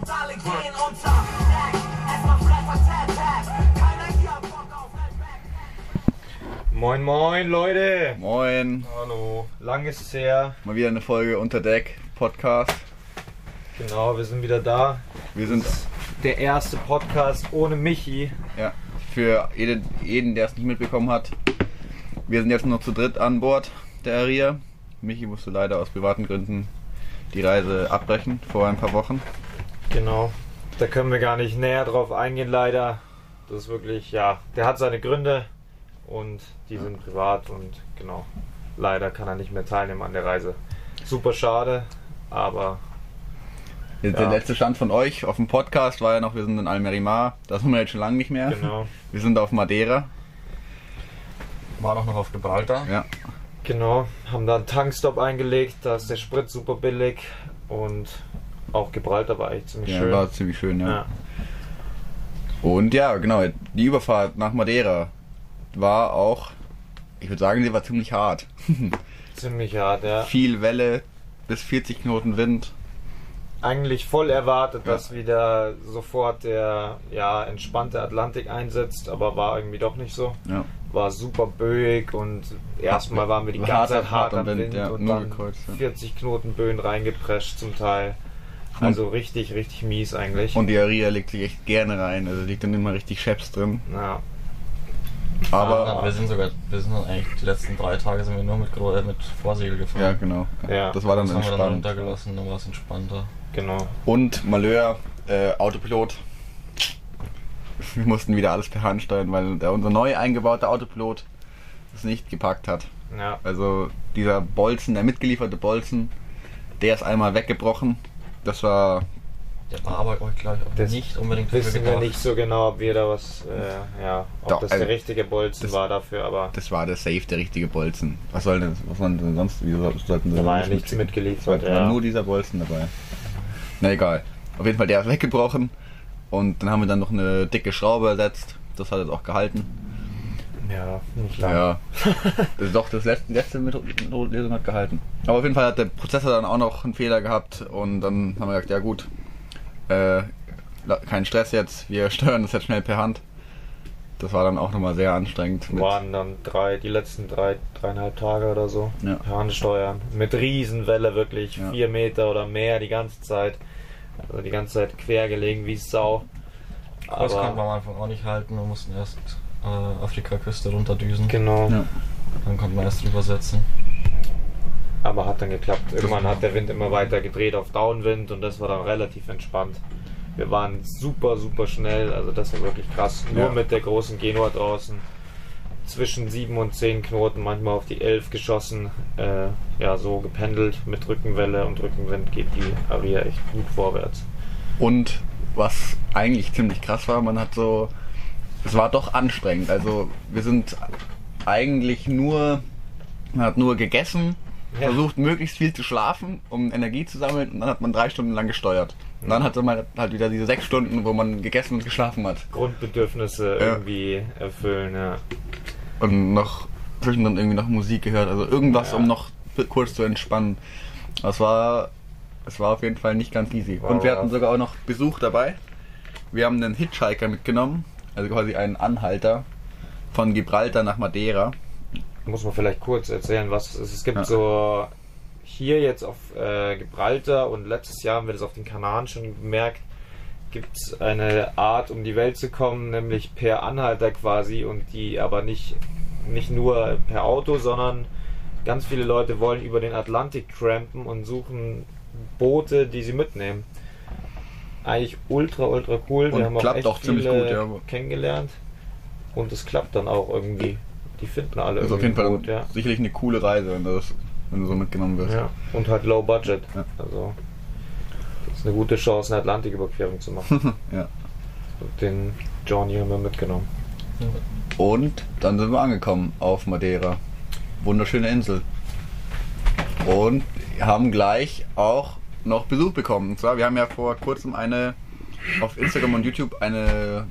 alle gehen unter. Es macht Freitag, Tag, Tag. Keiner hier hat Bock auf Weltberg. Moin, moin, Leute! Moin, Hallo, lang ist es her. mal wieder eine Folge Unterdeck Podcast. Genau, wir sind wieder da. Wir sind Der erste Podcast ohne Michi. ja, für jeden, jeden der es nicht mitbekommen hat. Wir sind jetzt nur noch zu dritt an Bord der Aria. Michi musste leider aus privaten Gründen die Reise abbrechen vor ein paar Wochen. Genau, da können wir gar nicht näher drauf eingehen, leider. Das ist wirklich, ja, der hat seine Gründe und die sind privat und genau, leider kann er nicht mehr teilnehmen an der Reise. Super schade, aber Der Ja. letzte Stand von euch auf dem Podcast war ja noch, wir sind in Almerimar. Das sind wir jetzt schon lange nicht mehr. genau. Wir sind auf Madeira. War noch noch auf Gibraltar. Ja. Genau, haben da einen Tankstop eingelegt, da ist der Sprit super billig und auch Gibraltar war eigentlich ziemlich ja schön. war ziemlich schön, ja. ja. Und ja, genau, die Überfahrt nach Madeira war auch, ich würde sagen, sie war ziemlich hart. Ziemlich hart, ja. viel Welle, bis 40 Knoten Wind. Eigentlich voll erwartet, dass wieder sofort der ja, entspannte Atlantik einsetzt, aber war irgendwie doch nicht so. Ja. War super böig und erstmal waren wir die ganze Zeit hart am Wind ja, und nur dann gekreuzt, ja. 40 Knoten Böen reingeprescht zum Teil. Und- Also richtig, richtig mies eigentlich. Und die Aria legt sich echt gerne rein, also liegt dann immer richtig Scheps drin. ja. Aber wir sind sogar, wir sind dann eigentlich die letzten drei Tage sind wir nur mit, Gro- äh, mit Vorsegel gefahren. ja, genau. Ja. Das war dann Das haben wir dann entspannt. runtergelassen, dann war es entspannter. genau. Und Malheur, äh, Autopilot. Wir mussten wieder alles per Hand steuern, weil der, unser neu eingebauter Autopilot es nicht gepackt hat. Ja. Also dieser Bolzen, der mitgelieferte Bolzen, der ist einmal weggebrochen. Das war Der war aber, glaube ich, auch Das nicht unbedingt dafür Wissen wir gedacht. nicht so genau, ob wir da was, äh, ja, ob Doch, das also, der richtige Bolzen das- war dafür, aber Das war der Safe, der richtige Bolzen. Was soll denn, was sollen denn sonst, wieso sollten sie da war nicht ja nichts mitschicken? mitgeliefert. Da war Ja. nur dieser Bolzen dabei. Na egal. Auf jeden Fall, der ist weggebrochen. Und dann haben wir dann noch eine dicke Schraube ersetzt. Das hat jetzt auch gehalten. ja, nicht lang. Ja. Das ist doch das letzte, letzte Method- Methodenlesung hat gehalten. Aber auf jeden Fall hat der Prozessor dann auch noch einen Fehler gehabt. Und dann haben wir gesagt, ja gut, äh, la- kein Stress jetzt. Wir steuern das jetzt schnell per Hand. Das war dann auch nochmal sehr anstrengend. mit- Waren dann drei, die letzten drei, dreieinhalb Tage oder so. Ja. Handsteuern. Mit Riesenwelle wirklich. Ja. Vier Meter oder mehr die ganze Zeit. Also die ganze Zeit quer gelegen wie Sau. Das konnten wir Aber am Anfang auch nicht halten, wir mussten erst äh, Afrika-Küste runterdüsen. genau. Ja. Dann konnten wir erst übersetzen. Aber hat dann geklappt. Irgendwann hat der Wind immer weiter gedreht auf Downwind und das war dann relativ entspannt. Wir waren super, super schnell, also das war wirklich krass. Nur Ja. mit der großen Genua draußen. Zwischen 7 und 10 Knoten, manchmal auf die 11 geschossen. Äh, ja, so gependelt mit Rückenwelle und Rückenwind geht die Aria echt gut vorwärts. Und was eigentlich ziemlich krass war, man hat so, es war doch anstrengend. Also wir sind eigentlich nur, man hat nur gegessen, Ja. versucht möglichst viel zu schlafen, um Energie zu sammeln und dann hat man drei Stunden lang gesteuert. Und dann hatte man halt wieder diese sechs Stunden, wo man gegessen und geschlafen hat. Grundbedürfnisse irgendwie erfüllen, ja. Und noch zwischendrin irgendwie noch Musik gehört, also irgendwas, Ja. um noch kurz zu entspannen. Das war, es war auf jeden Fall nicht ganz easy. Wow, Und wir wow. hatten sogar auch noch Besuch dabei. Wir haben einen Hitchhiker mitgenommen, also quasi einen Anhalter von Gibraltar nach Madeira. muss man vielleicht kurz erzählen, was es ist. Es gibt Ja. so hier jetzt auf äh, Gibraltar und letztes Jahr haben wir das auf den Kanaren schon gemerkt, gibt es eine Art, um die Welt zu kommen, nämlich per Anhalter quasi und die aber nicht, nicht nur per Auto, sondern ganz viele Leute wollen über den Atlantik trampen und suchen Boote, die sie mitnehmen. Eigentlich ultra, ultra cool. Und wir haben klappt auch, echt auch ziemlich viele gut, ja. kennengelernt. Und es klappt dann auch irgendwie. Die finden alle Das ist Also auf irgendwie jeden Fall gut, ja. sicherlich eine coole Reise, wenn du, das, wenn du so mitgenommen wirst. ja. Und halt low budget. Ja. Also das ist eine gute Chance, eine Atlantiküberquerung zu machen. Ja. Und den Johnny haben wir mitgenommen. Und dann sind wir angekommen auf Madeira. Wunderschöne Insel. Und haben gleich auch noch Besuch bekommen. Und zwar, wir haben ja vor kurzem eine auf Instagram und YouTube eine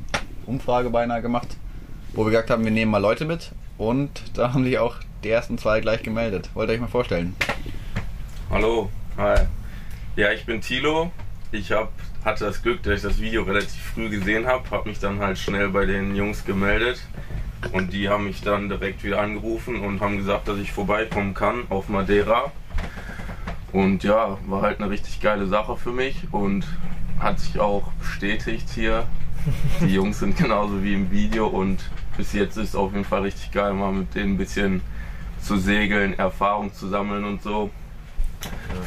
Umfrage beinahe gemacht, wo wir gesagt haben, wir nehmen mal Leute mit. Und da haben sich auch die ersten zwei gleich gemeldet. Wollt ihr euch mal vorstellen? Hallo. Hi. Ja, ich bin Thilo. Ich habe hatte das Glück, dass ich das Video relativ früh gesehen habe, habe mich dann halt schnell bei den Jungs gemeldet und die haben mich dann direkt wieder angerufen und haben gesagt, dass ich vorbeikommen kann auf Madeira. Und ja, war halt eine richtig geile Sache für mich und hat sich auch bestätigt hier. Die Jungs sind genauso wie im Video und bis jetzt ist es auf jeden Fall richtig geil, mal mit denen ein bisschen zu segeln, Erfahrung zu sammeln und so.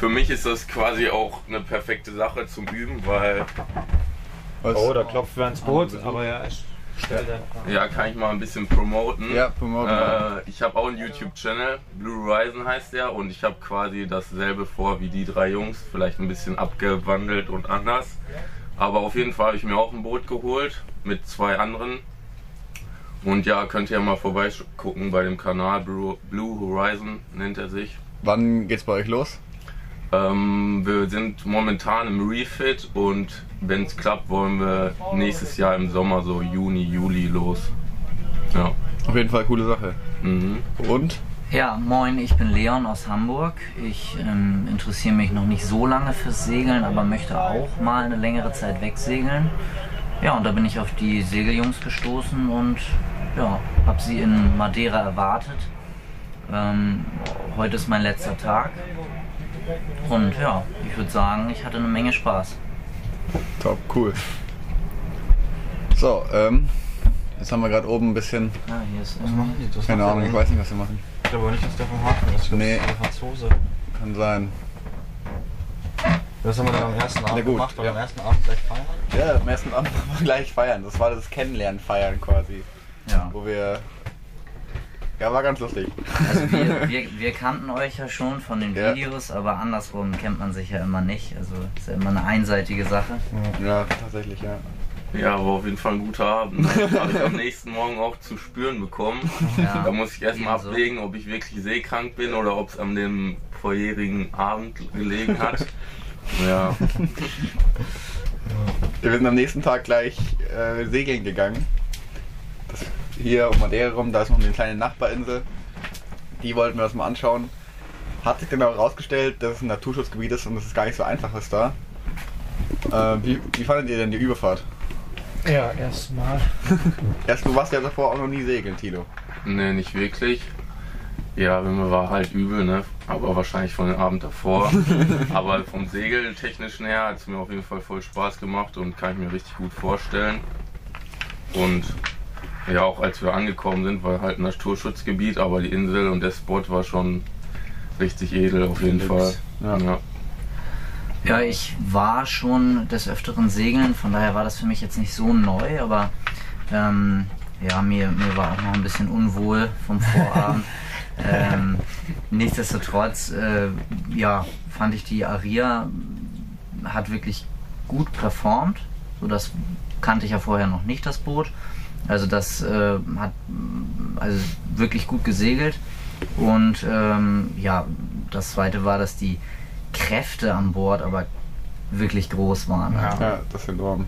Für mich ist das quasi auch eine perfekte Sache zum Üben, weil Was? Oh, da klopft wer ans Boot, aber ja, ich stell dann. ja, kann ich mal ein bisschen promoten. Ja, promoten wir. Äh, ich habe auch einen YouTube-Channel, Blue Horizon heißt der, und ich habe quasi dasselbe vor wie die drei Jungs, vielleicht ein bisschen abgewandelt und anders. Aber auf jeden Fall habe ich mir auch ein Boot geholt mit zwei anderen. Und ja, könnt ihr mal vorbeigucken bei dem Kanal Blue, Blue Horizon nennt er sich. Wann geht's bei euch los? Ähm, wir sind momentan im Refit und wenn es klappt, wollen wir nächstes Jahr im Sommer, so Juni, Juli los. Ja. Auf jeden Fall coole Sache. Mhm. Und? Ja, moin, ich bin Leon aus Hamburg. Ich ähm, interessiere mich noch nicht so lange fürs Segeln, aber möchte auch mal eine längere Zeit wegsegeln. Ja, und da bin ich auf die Segeljungs gestoßen und ja, habe sie in Madeira erwartet. Ähm, heute ist mein letzter Tag. Und ja, ich würde sagen, ich hatte eine Menge Spaß. Top, cool. So, ähm, jetzt haben wir gerade oben ein bisschen, Ja, hier ist Was machen die? Was keine macht der Ahnung, ich denn? weiß nicht, was wir machen. Ich glaube nicht, dass der vom Hafen ist. Ich glaube, Nee. das ist der Franzose. Kann sein. Das haben wir dann am ersten Abend gut, gemacht, weil ja. am ersten Abend gleich feiern. Ja, am ersten Abend wollen wir gleich feiern. Das war das Kennenlernen-Feiern quasi. ja. Wo wir. Ja, war ganz lustig. Also wir, wir, wir kannten euch ja schon von den Ja. Videos, aber andersrum kennt man sich ja immer nicht. Also ist ja immer eine einseitige Sache. Ja, tatsächlich, ja. Ja, war auf jeden Fall ein guter Abend. Ne? Habe ich am nächsten Morgen auch zu spüren bekommen. Ja. Da muss ich erstmal Ebenso. abwägen, ob ich wirklich seekrank bin oder ob es an dem vorjährigen Abend gelegen hat. Ja, Wir sind am nächsten Tag gleich äh, segeln gegangen. Das, hier um Madeira rum, da ist noch eine kleine Nachbarinsel. Die wollten wir uns mal anschauen. Hat sich dann auch herausgestellt, dass es ein Naturschutzgebiet ist und dass es gar nicht so einfach ist da. Äh, wie, wie fandet ihr denn die Überfahrt? Ja, erstmal. Erst, du warst ja davor auch noch nie segeln, Tilo. ne, nicht wirklich. Ja, mir war halt übel, ne? Aber wahrscheinlich von dem Abend davor. Aber vom Segeltechnischen her hat es mir auf jeden Fall voll Spaß gemacht und kann ich mir richtig gut vorstellen. Und ja, auch als wir angekommen sind, war halt ein Naturschutzgebiet, aber die Insel und der Spot war schon richtig edel auf jeden Fall. Ja. Ja. Ja, ich war schon des Öfteren segeln, von daher war das für mich jetzt nicht so neu, aber ähm, ja, mir, mir war auch noch ein bisschen unwohl vom Vorabend. ähm, nichtsdestotrotz, äh, ja, fand ich die Aria hat wirklich gut performt. So, das kannte ich ja vorher noch nicht, das Boot. Also das äh, hat mm, also wirklich gut gesegelt. Und ähm, ja, das zweite war, dass die Kräfte an Bord aber wirklich groß waren. Also Ja, das ist enorm.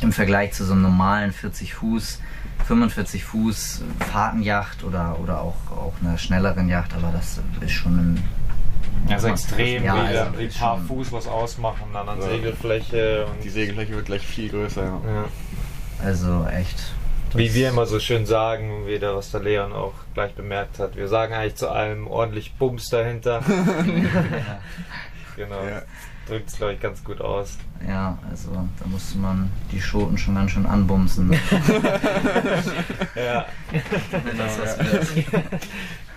Im Vergleich zu so einem normalen 40 Fuß, 45 Fuß Fahrtenjacht oder, oder auch, auch einer schnelleren Jacht, aber das ist schon ein Also extrem, Ja, wie also dann ein ist paar schon- Fuß was ausmachen, dann an Ja. Segelfläche und Die Segelfläche wird gleich viel größer. Ja. Ja. Also echt. Wie wir immer so schön sagen, wie der, was der Leon auch gleich bemerkt hat, wir sagen eigentlich zu allem ordentlich Bums dahinter. genau. Ja. Drückt es, glaube ich, ganz gut aus. Ja, also da musste man die Schoten schon ganz schön anbumsen. ne? Ja, Wenn das was wird.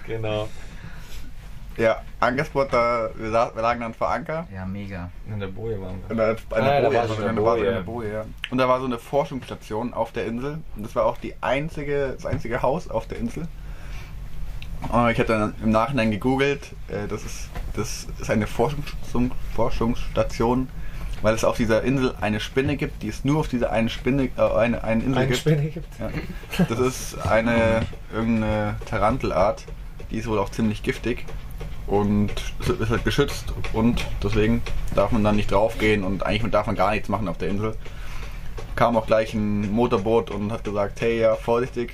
genau. Ja, Ankerspot, da, wir, sa- wir lagen dann vor Anker. Ja, mega. In der Boje waren wir. Und da, eine Ah, ja, da Boje, war so eine da war so eine Boje. Boje, ja. Und da war so eine Forschungsstation auf der Insel. Und das war auch die einzige, das einzige Haus auf der Insel. Und ich habe dann im Nachhinein gegoogelt, äh, das ist, das ist eine Forschungsstation, Forschungsstation, weil es auf dieser Insel eine Spinne gibt, die es nur auf dieser einen Spinne, äh, eine, einen Insel Eine gibt. Spinne gibt Ja. Das ist eine irgendeine Tarantelart. Die ist wohl auch ziemlich giftig und ist halt geschützt und deswegen darf man dann nicht draufgehen und eigentlich darf man gar nichts machen auf der Insel. Kam auch gleich ein Motorboot und hat gesagt, hey ja, vorsichtig,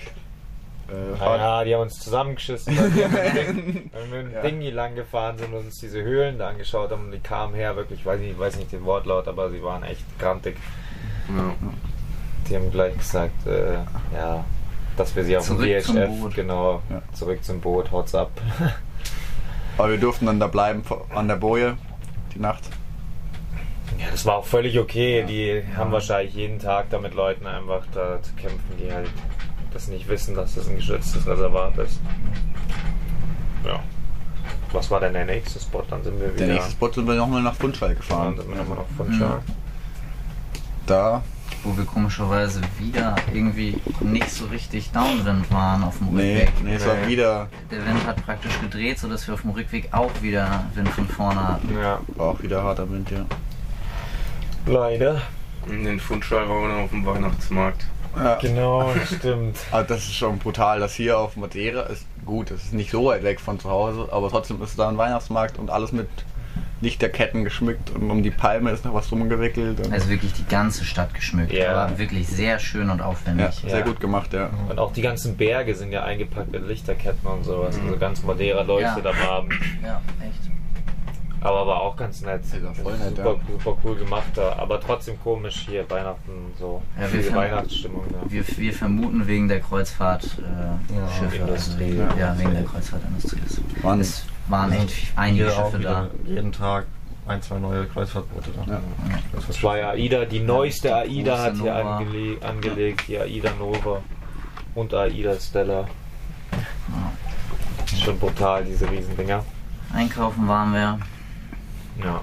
Äh, hat- Naja, die haben uns zusammengeschissen, weil wir wenn wir mit dem Ja. Ding hier lang gefahren sind und uns diese Höhlen da angeschaut haben. Die kamen her, wirklich, weiß nicht, weiß nicht den Wortlaut, aber sie waren echt grantig. Ja. Die haben gleich gesagt, äh, ja, dass wir sie auf dem Zurück zum DHF, Boot. genau, Ja. zurück zum Boot, haut's ab. Aber wir durften dann da bleiben vor- an der Boje die Nacht. Ja, das war auch völlig okay. Die haben wahrscheinlich jeden Tag da mit Leuten einfach da zu kämpfen, die halt das nicht wissen, dass das ein geschütztes Reservat ist. Ja. Was war denn der nächste Spot? Dann sind wir wieder. Der nächste Spot sind wir nochmal nach Funchal Dann gefahren. sind wir nochmal auf Funchal. Da, Wo wir komischerweise wieder irgendwie nicht so richtig Downwind waren auf dem nee, Rückweg. nee, es war Nee. wieder, Der Wind hat praktisch gedreht, sodass wir auf dem Rückweg auch wieder Wind von vorne hatten. Ja. war auch wieder harter Wind, ja. Leider. In den Fundschall waren wir dann auf dem Weihnachtsmarkt. ja. Genau, stimmt. Also das ist schon brutal, dass hier auf Madeira ist gut, es ist nicht so weit weg von zu Hause, aber trotzdem ist da ein Weihnachtsmarkt und alles mit Lichterketten geschmückt und um die Palme ist noch was rumgewickelt. Und, Also wirklich die ganze Stadt geschmückt. Ja. Aber wirklich sehr schön und ja, aufwendig. sehr Ja. gut gemacht, ja. Und auch die ganzen Berge sind ja eingepackt mit Lichterketten und sowas. Also ganz Madeira leuchtet Ja. am Abend. Ja, echt. Aber war auch ganz nett. Ja, war voll nett, super, ja. super cool gemacht da. Aber trotzdem komisch hier Weihnachten so. Ja, wir Viel sind- Weihnachtsstimmung da. Wir, wir vermuten wegen der Kreuzfahrtschiffe, äh, Ja, Schiffe, also Industrie. wegen, ja, wegen der Kreuzfahrtindustrie. Es Waren- es waren Wir echt sind einige hier auch Schiffe da. wieder Jeden Tag ein, zwei neue Kreuzfahrtboote da. Ja. Es war ja AIDA, die neueste Die AIDA hat große hier Nova. angele angelegt, die AIDA Nova und AIDA Stella. Ist Schon brutal, diese Riesendinger. Einkaufen waren wir. Ja.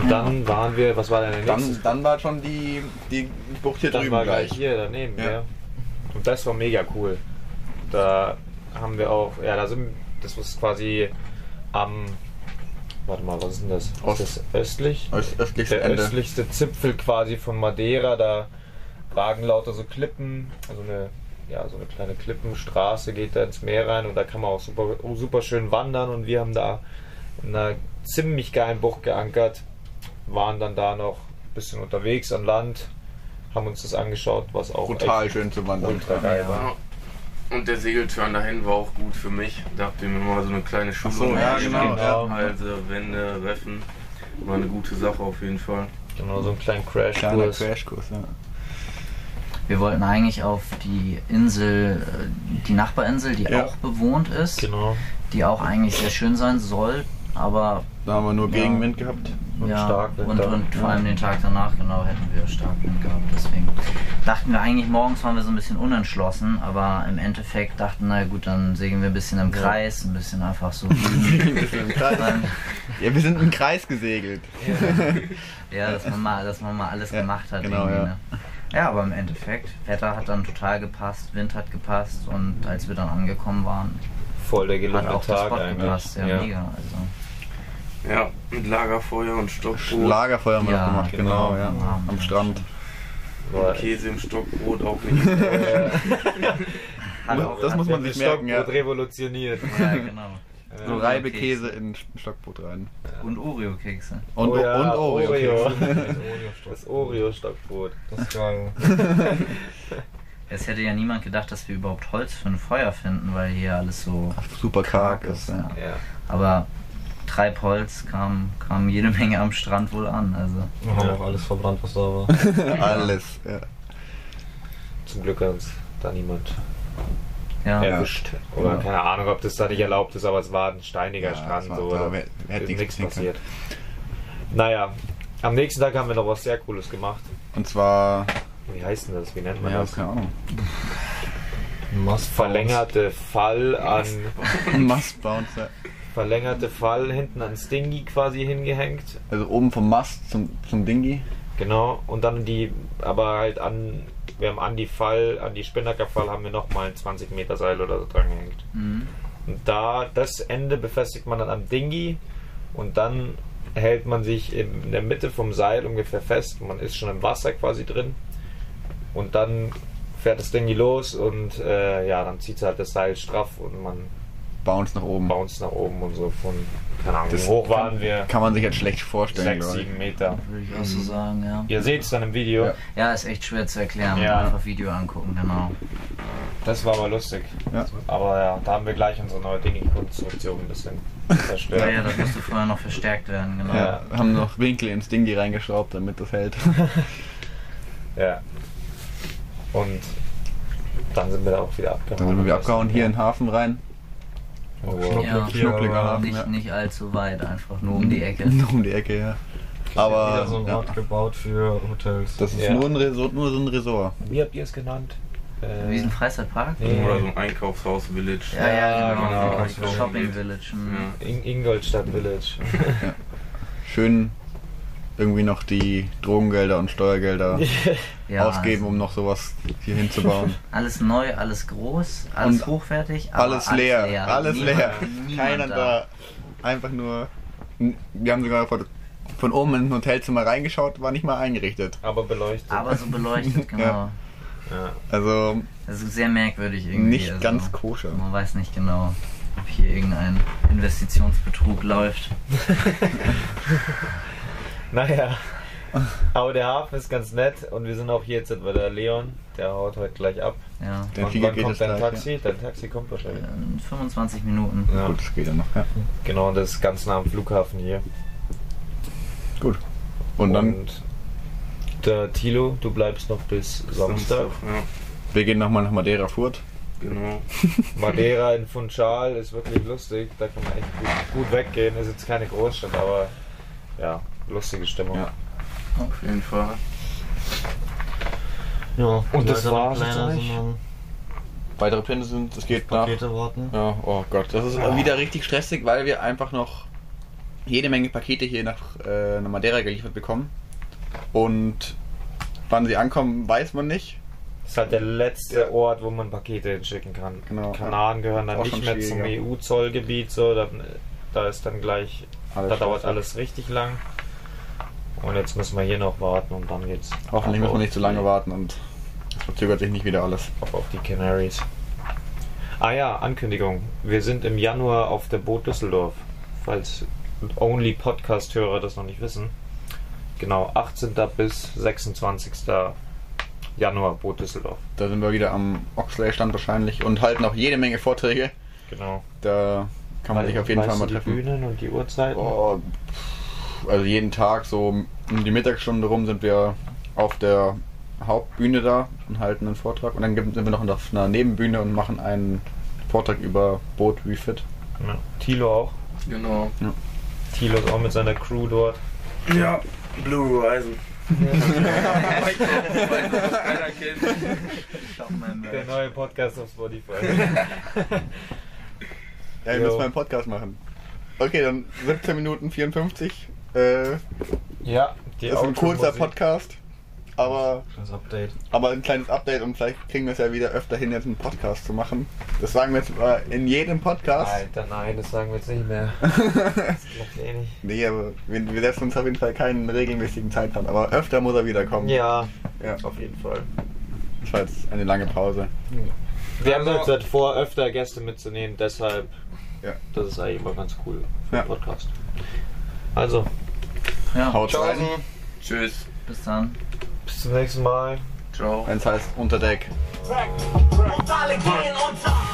Und dann waren wir, was war denn der nächste? Dann, dann war schon die, die Bucht hier Dann drüben war gleich. gleich hier daneben, Ja. ja. Und das war mega cool. Da haben wir auch, ja, da sind, das ist quasi am, warte mal, was ist denn das? Ost- Ist das östlich? Als östlichste der Ende. östlichste Zipfel quasi von Madeira. Da ragen lauter so Klippen, also eine, ja, so eine kleine Klippenstraße geht da ins Meer rein und da kann man auch super, super schön wandern. Und wir haben da in einer ziemlich geilen Bucht geankert, waren dann da noch ein bisschen unterwegs an Land, haben uns das angeschaut, was auch Brutal echt schön zu wandern. ultra geil war. Ja. Und der Segeltörn dahin war auch gut für mich. Da habt ihr mir mal so eine kleine Schulung so, ja, gegeben. genau, ja. Halse, also Wände, Reffen. War eine gute Sache auf jeden Fall. Genau, so einen kleinen crash Kleiner -Kurs. Crashkurs, ja. Wir wollten eigentlich auf die Insel, äh, die Nachbarinsel, die Ja. auch bewohnt ist, Genau. die auch eigentlich sehr schön sein soll, aber Da haben wir nur Ja. Gegenwind gehabt. Und ja, Starkwind und, dann. und vor allem den Tag danach, genau, hätten wir Starkwind gehabt. Deswegen dachten wir eigentlich, morgens waren wir so ein bisschen unentschlossen, aber im Endeffekt dachten, na gut, dann segeln wir ein bisschen im Kreis, ein bisschen einfach so. Ein bisschen im Kreis. Dann- ja, wir sind im Kreis gesegelt. ja, dass man mal, dass man mal alles Ja, gemacht hat. genau, irgendwie, ja. Ne? ja, aber im Endeffekt, Wetter hat dann total gepasst, Wind hat gepasst und als wir dann angekommen waren, Voll der hat gelungene auch das Tag Spot eigentlich. gepasst. Ja, mega. Also, Ja, mit Lagerfeuer und Stockbrot. Lagerfeuer haben wir Ja, noch gemacht, genau, genau. ja. Am Strand. War- Käse im Stockbrot auch nicht. hat auch, Das hat, muss man sich merken, ja. Stockbrot revolutioniert. ja, genau. So Reibekäse in Stockbrot rein. Und Oreo-Kekse. Und, Oh ja, und Oreo. Das Oreo-Stockbrot. Das ist geil. Es hätte ja niemand gedacht, dass wir überhaupt Holz für ein Feuer finden, weil hier alles so. Super karg ist. ja. Ja. Ja. Aber Treibholz kam, kam jede Menge am Strand wohl an. Also Wir haben auch alles verbrannt, was da war. Alles. Ja. Zum Glück hat uns da niemand ja, Ja. erwischt. Oder keine Ahnung, ob das da nicht erlaubt ist, aber es war ein steiniger Ja, Strand. es war- so, da oder wär- hätte ist nichts nichts passieren passiert. Naja, am nächsten Tag haben wir noch was sehr Cooles gemacht. Und zwar, Wie heißt denn das? Wie nennt man ja, das? keine Ahnung, Mast Verlängerte Fall an ein Mast Bouncer. verlängerte Fall hinten ans Dingy quasi hingehängt. Also oben vom Mast zum, zum Dingi. Genau, und dann die, aber halt an, wir haben an die Fall, an die Spinnackerfall haben wir nochmal ein 20 Meter Seil oder so dran gehängt. Mhm. Und da, das Ende befestigt man dann am Dingi und dann hält man sich in der Mitte vom Seil ungefähr fest. Man ist schon im Wasser quasi drin und dann fährt das Dingi los und äh, ja, dann zieht halt das Seil straff und man Bounce nach oben. Bounce nach oben und so von, keine Ahnung, wie Das hoch waren wir? Kann man sich jetzt schlecht vorstellen, Sechs, glaube ich. sieben Meter. Würde ich auch so sagen, ja. Ihr seht es dann im Video. Ja. Ja, ist echt schwer zu erklären. Ja. Einfach Video angucken, genau. Das war aber lustig. Ja. Aber ja, da haben wir gleich unsere neue Ding-Konstruktion ein bisschen Ja, zerstört. ja, das musste vorher noch verstärkt werden, genau. Ja, haben noch Winkel ins Ding die reingeschraubt, damit das hält. Ja. Und dann sind wir da auch wieder abgehauen. Dann sind wir wieder abgehauen, hier in den Hafen rein. Oh, Ja. Schnuckliger Hafen, Nicht, ja. nicht allzu weit, einfach nur um die Ecke. um die Ecke, ja. Wieder so Aber ein ja, Ort gebaut für Hotels. das ist Ja. nur, ein Resort, nur so ein Resort. Wie habt ihr es genannt? Äh, Wie ist ein Freizeitpark? nee, Oder so ein Einkaufshaus-Village. Ja, Ja, ja, genau. genau. Shopping, Shopping Village. mhm. In Ingolstadt Village. Schön irgendwie noch die Drogengelder und Steuergelder Ja, also ausgeben, um noch sowas hier hinzubauen. Alles neu, alles groß, alles Und hochwertig, aber alles leer, alles Niemand- leer. niemand Keiner da. Einfach nur. Wir haben sogar von, von oben ins Hotelzimmer reingeschaut, war nicht mal eingerichtet. Aber beleuchtet. Aber so beleuchtet, genau. Ja. ja. Also Also sehr merkwürdig irgendwie. nicht also, ganz koscher. Man weiß nicht genau, ob hier irgendein Investitionsbetrug läuft. Naja. Aber der Hafen ist ganz nett und wir sind auch hier jetzt bei der Leon. Der haut heute gleich ab. Ja. Der wann Flieger wann geht kommt jetzt dein gleich, Taxi? Dein Taxi kommt wahrscheinlich. In 25 Minuten. Ja. Gut, das geht ja noch. Ja. Genau, und das ist ganz nah am Flughafen hier. Gut. Und dann, Und der Tilo, du bleibst noch bis Samstag. Ja, Oh. wir gehen nochmal nach Madeira Furt. genau. Madeira in Funchal ist wirklich lustig. Da kann man echt gut, gut weggehen. Ist jetzt keine Großstadt, aber ja, lustige Stimmung. Ja. Auf jeden Fall. Ja, Und das weitere war's jetzt Pläne eigentlich? sind dann Weitere Pläne sind, es geht nach. Pakete warten. Ja, oh Gott, das ist wieder richtig stressig, weil wir einfach noch jede Menge Pakete hier nach, äh, nach Madeira geliefert bekommen. Und wann sie ankommen, weiß man nicht. Ist halt der letzte Ort, wo man Pakete hinschicken kann. Genau. Kanaren gehören dann Auch nicht schon mehr zum schwieriger. EU-Zollgebiet. So, da, da ist dann gleich, da dauert stressig. alles richtig lang. Und jetzt müssen wir hier noch warten und dann geht's. Hoffentlich ab muss man auf nicht zu die- lange warten und es verzögert sich nicht wieder alles. ab auf die Canaries. Ah ja, Ankündigung. Wir sind im Januar auf der Boot Düsseldorf. Falls Only Podcast-Hörer das noch nicht wissen. Genau, 18. bis 26. Januar Boot Düsseldorf. Da sind wir wieder am Oxley-Stand wahrscheinlich und halten auch jede Menge Vorträge. Genau. Da kann man sich auf jeden Weißt Fall mal du treffen. Die Bühnen und die Uhrzeiten. Oh, pff, also jeden Tag so um die Mittagsstunde rum sind wir auf der Hauptbühne da und halten einen Vortrag. Und dann gibt- sind wir noch auf einer Nebenbühne und machen einen Vortrag über Boot Refit. Ja. Tilo auch. Genau. Tilo ist auch mit seiner Crew dort. Ja, Blue Horizon. Keiner kennt. Schau mal, Der neue Podcast auf Spotify. Ja, wir Jo. müssen mal einen Podcast machen. Okay, dann 17 Minuten 54. Äh, ja, die ist ein kurzer Outro-Musik. Podcast, aber, Schönes Update. aber ein kleines Update und vielleicht kriegen wir es ja wieder öfter hin, jetzt einen Podcast zu machen. Das sagen wir jetzt mal in jedem Podcast. Alter, nein, das sagen wir jetzt nicht mehr. Das klappt eh nicht. Nee, aber wir, wir setzen uns auf jeden Fall keinen regelmäßigen Zeitplan, aber öfter muss er wiederkommen. Ja, ja. auf jeden Fall. Das war jetzt eine lange Pause. Wir haben jetzt halt vor, öfter Gäste mitzunehmen, deshalb. Also- Ja. Das ist eigentlich immer ganz cool für Ja. den Podcast. Also, Ja, Haut rein, Tschüss. bis dann. bis zum nächsten Mal. Ciao. wenn es heißt Unterdeck. Alle gehen unter.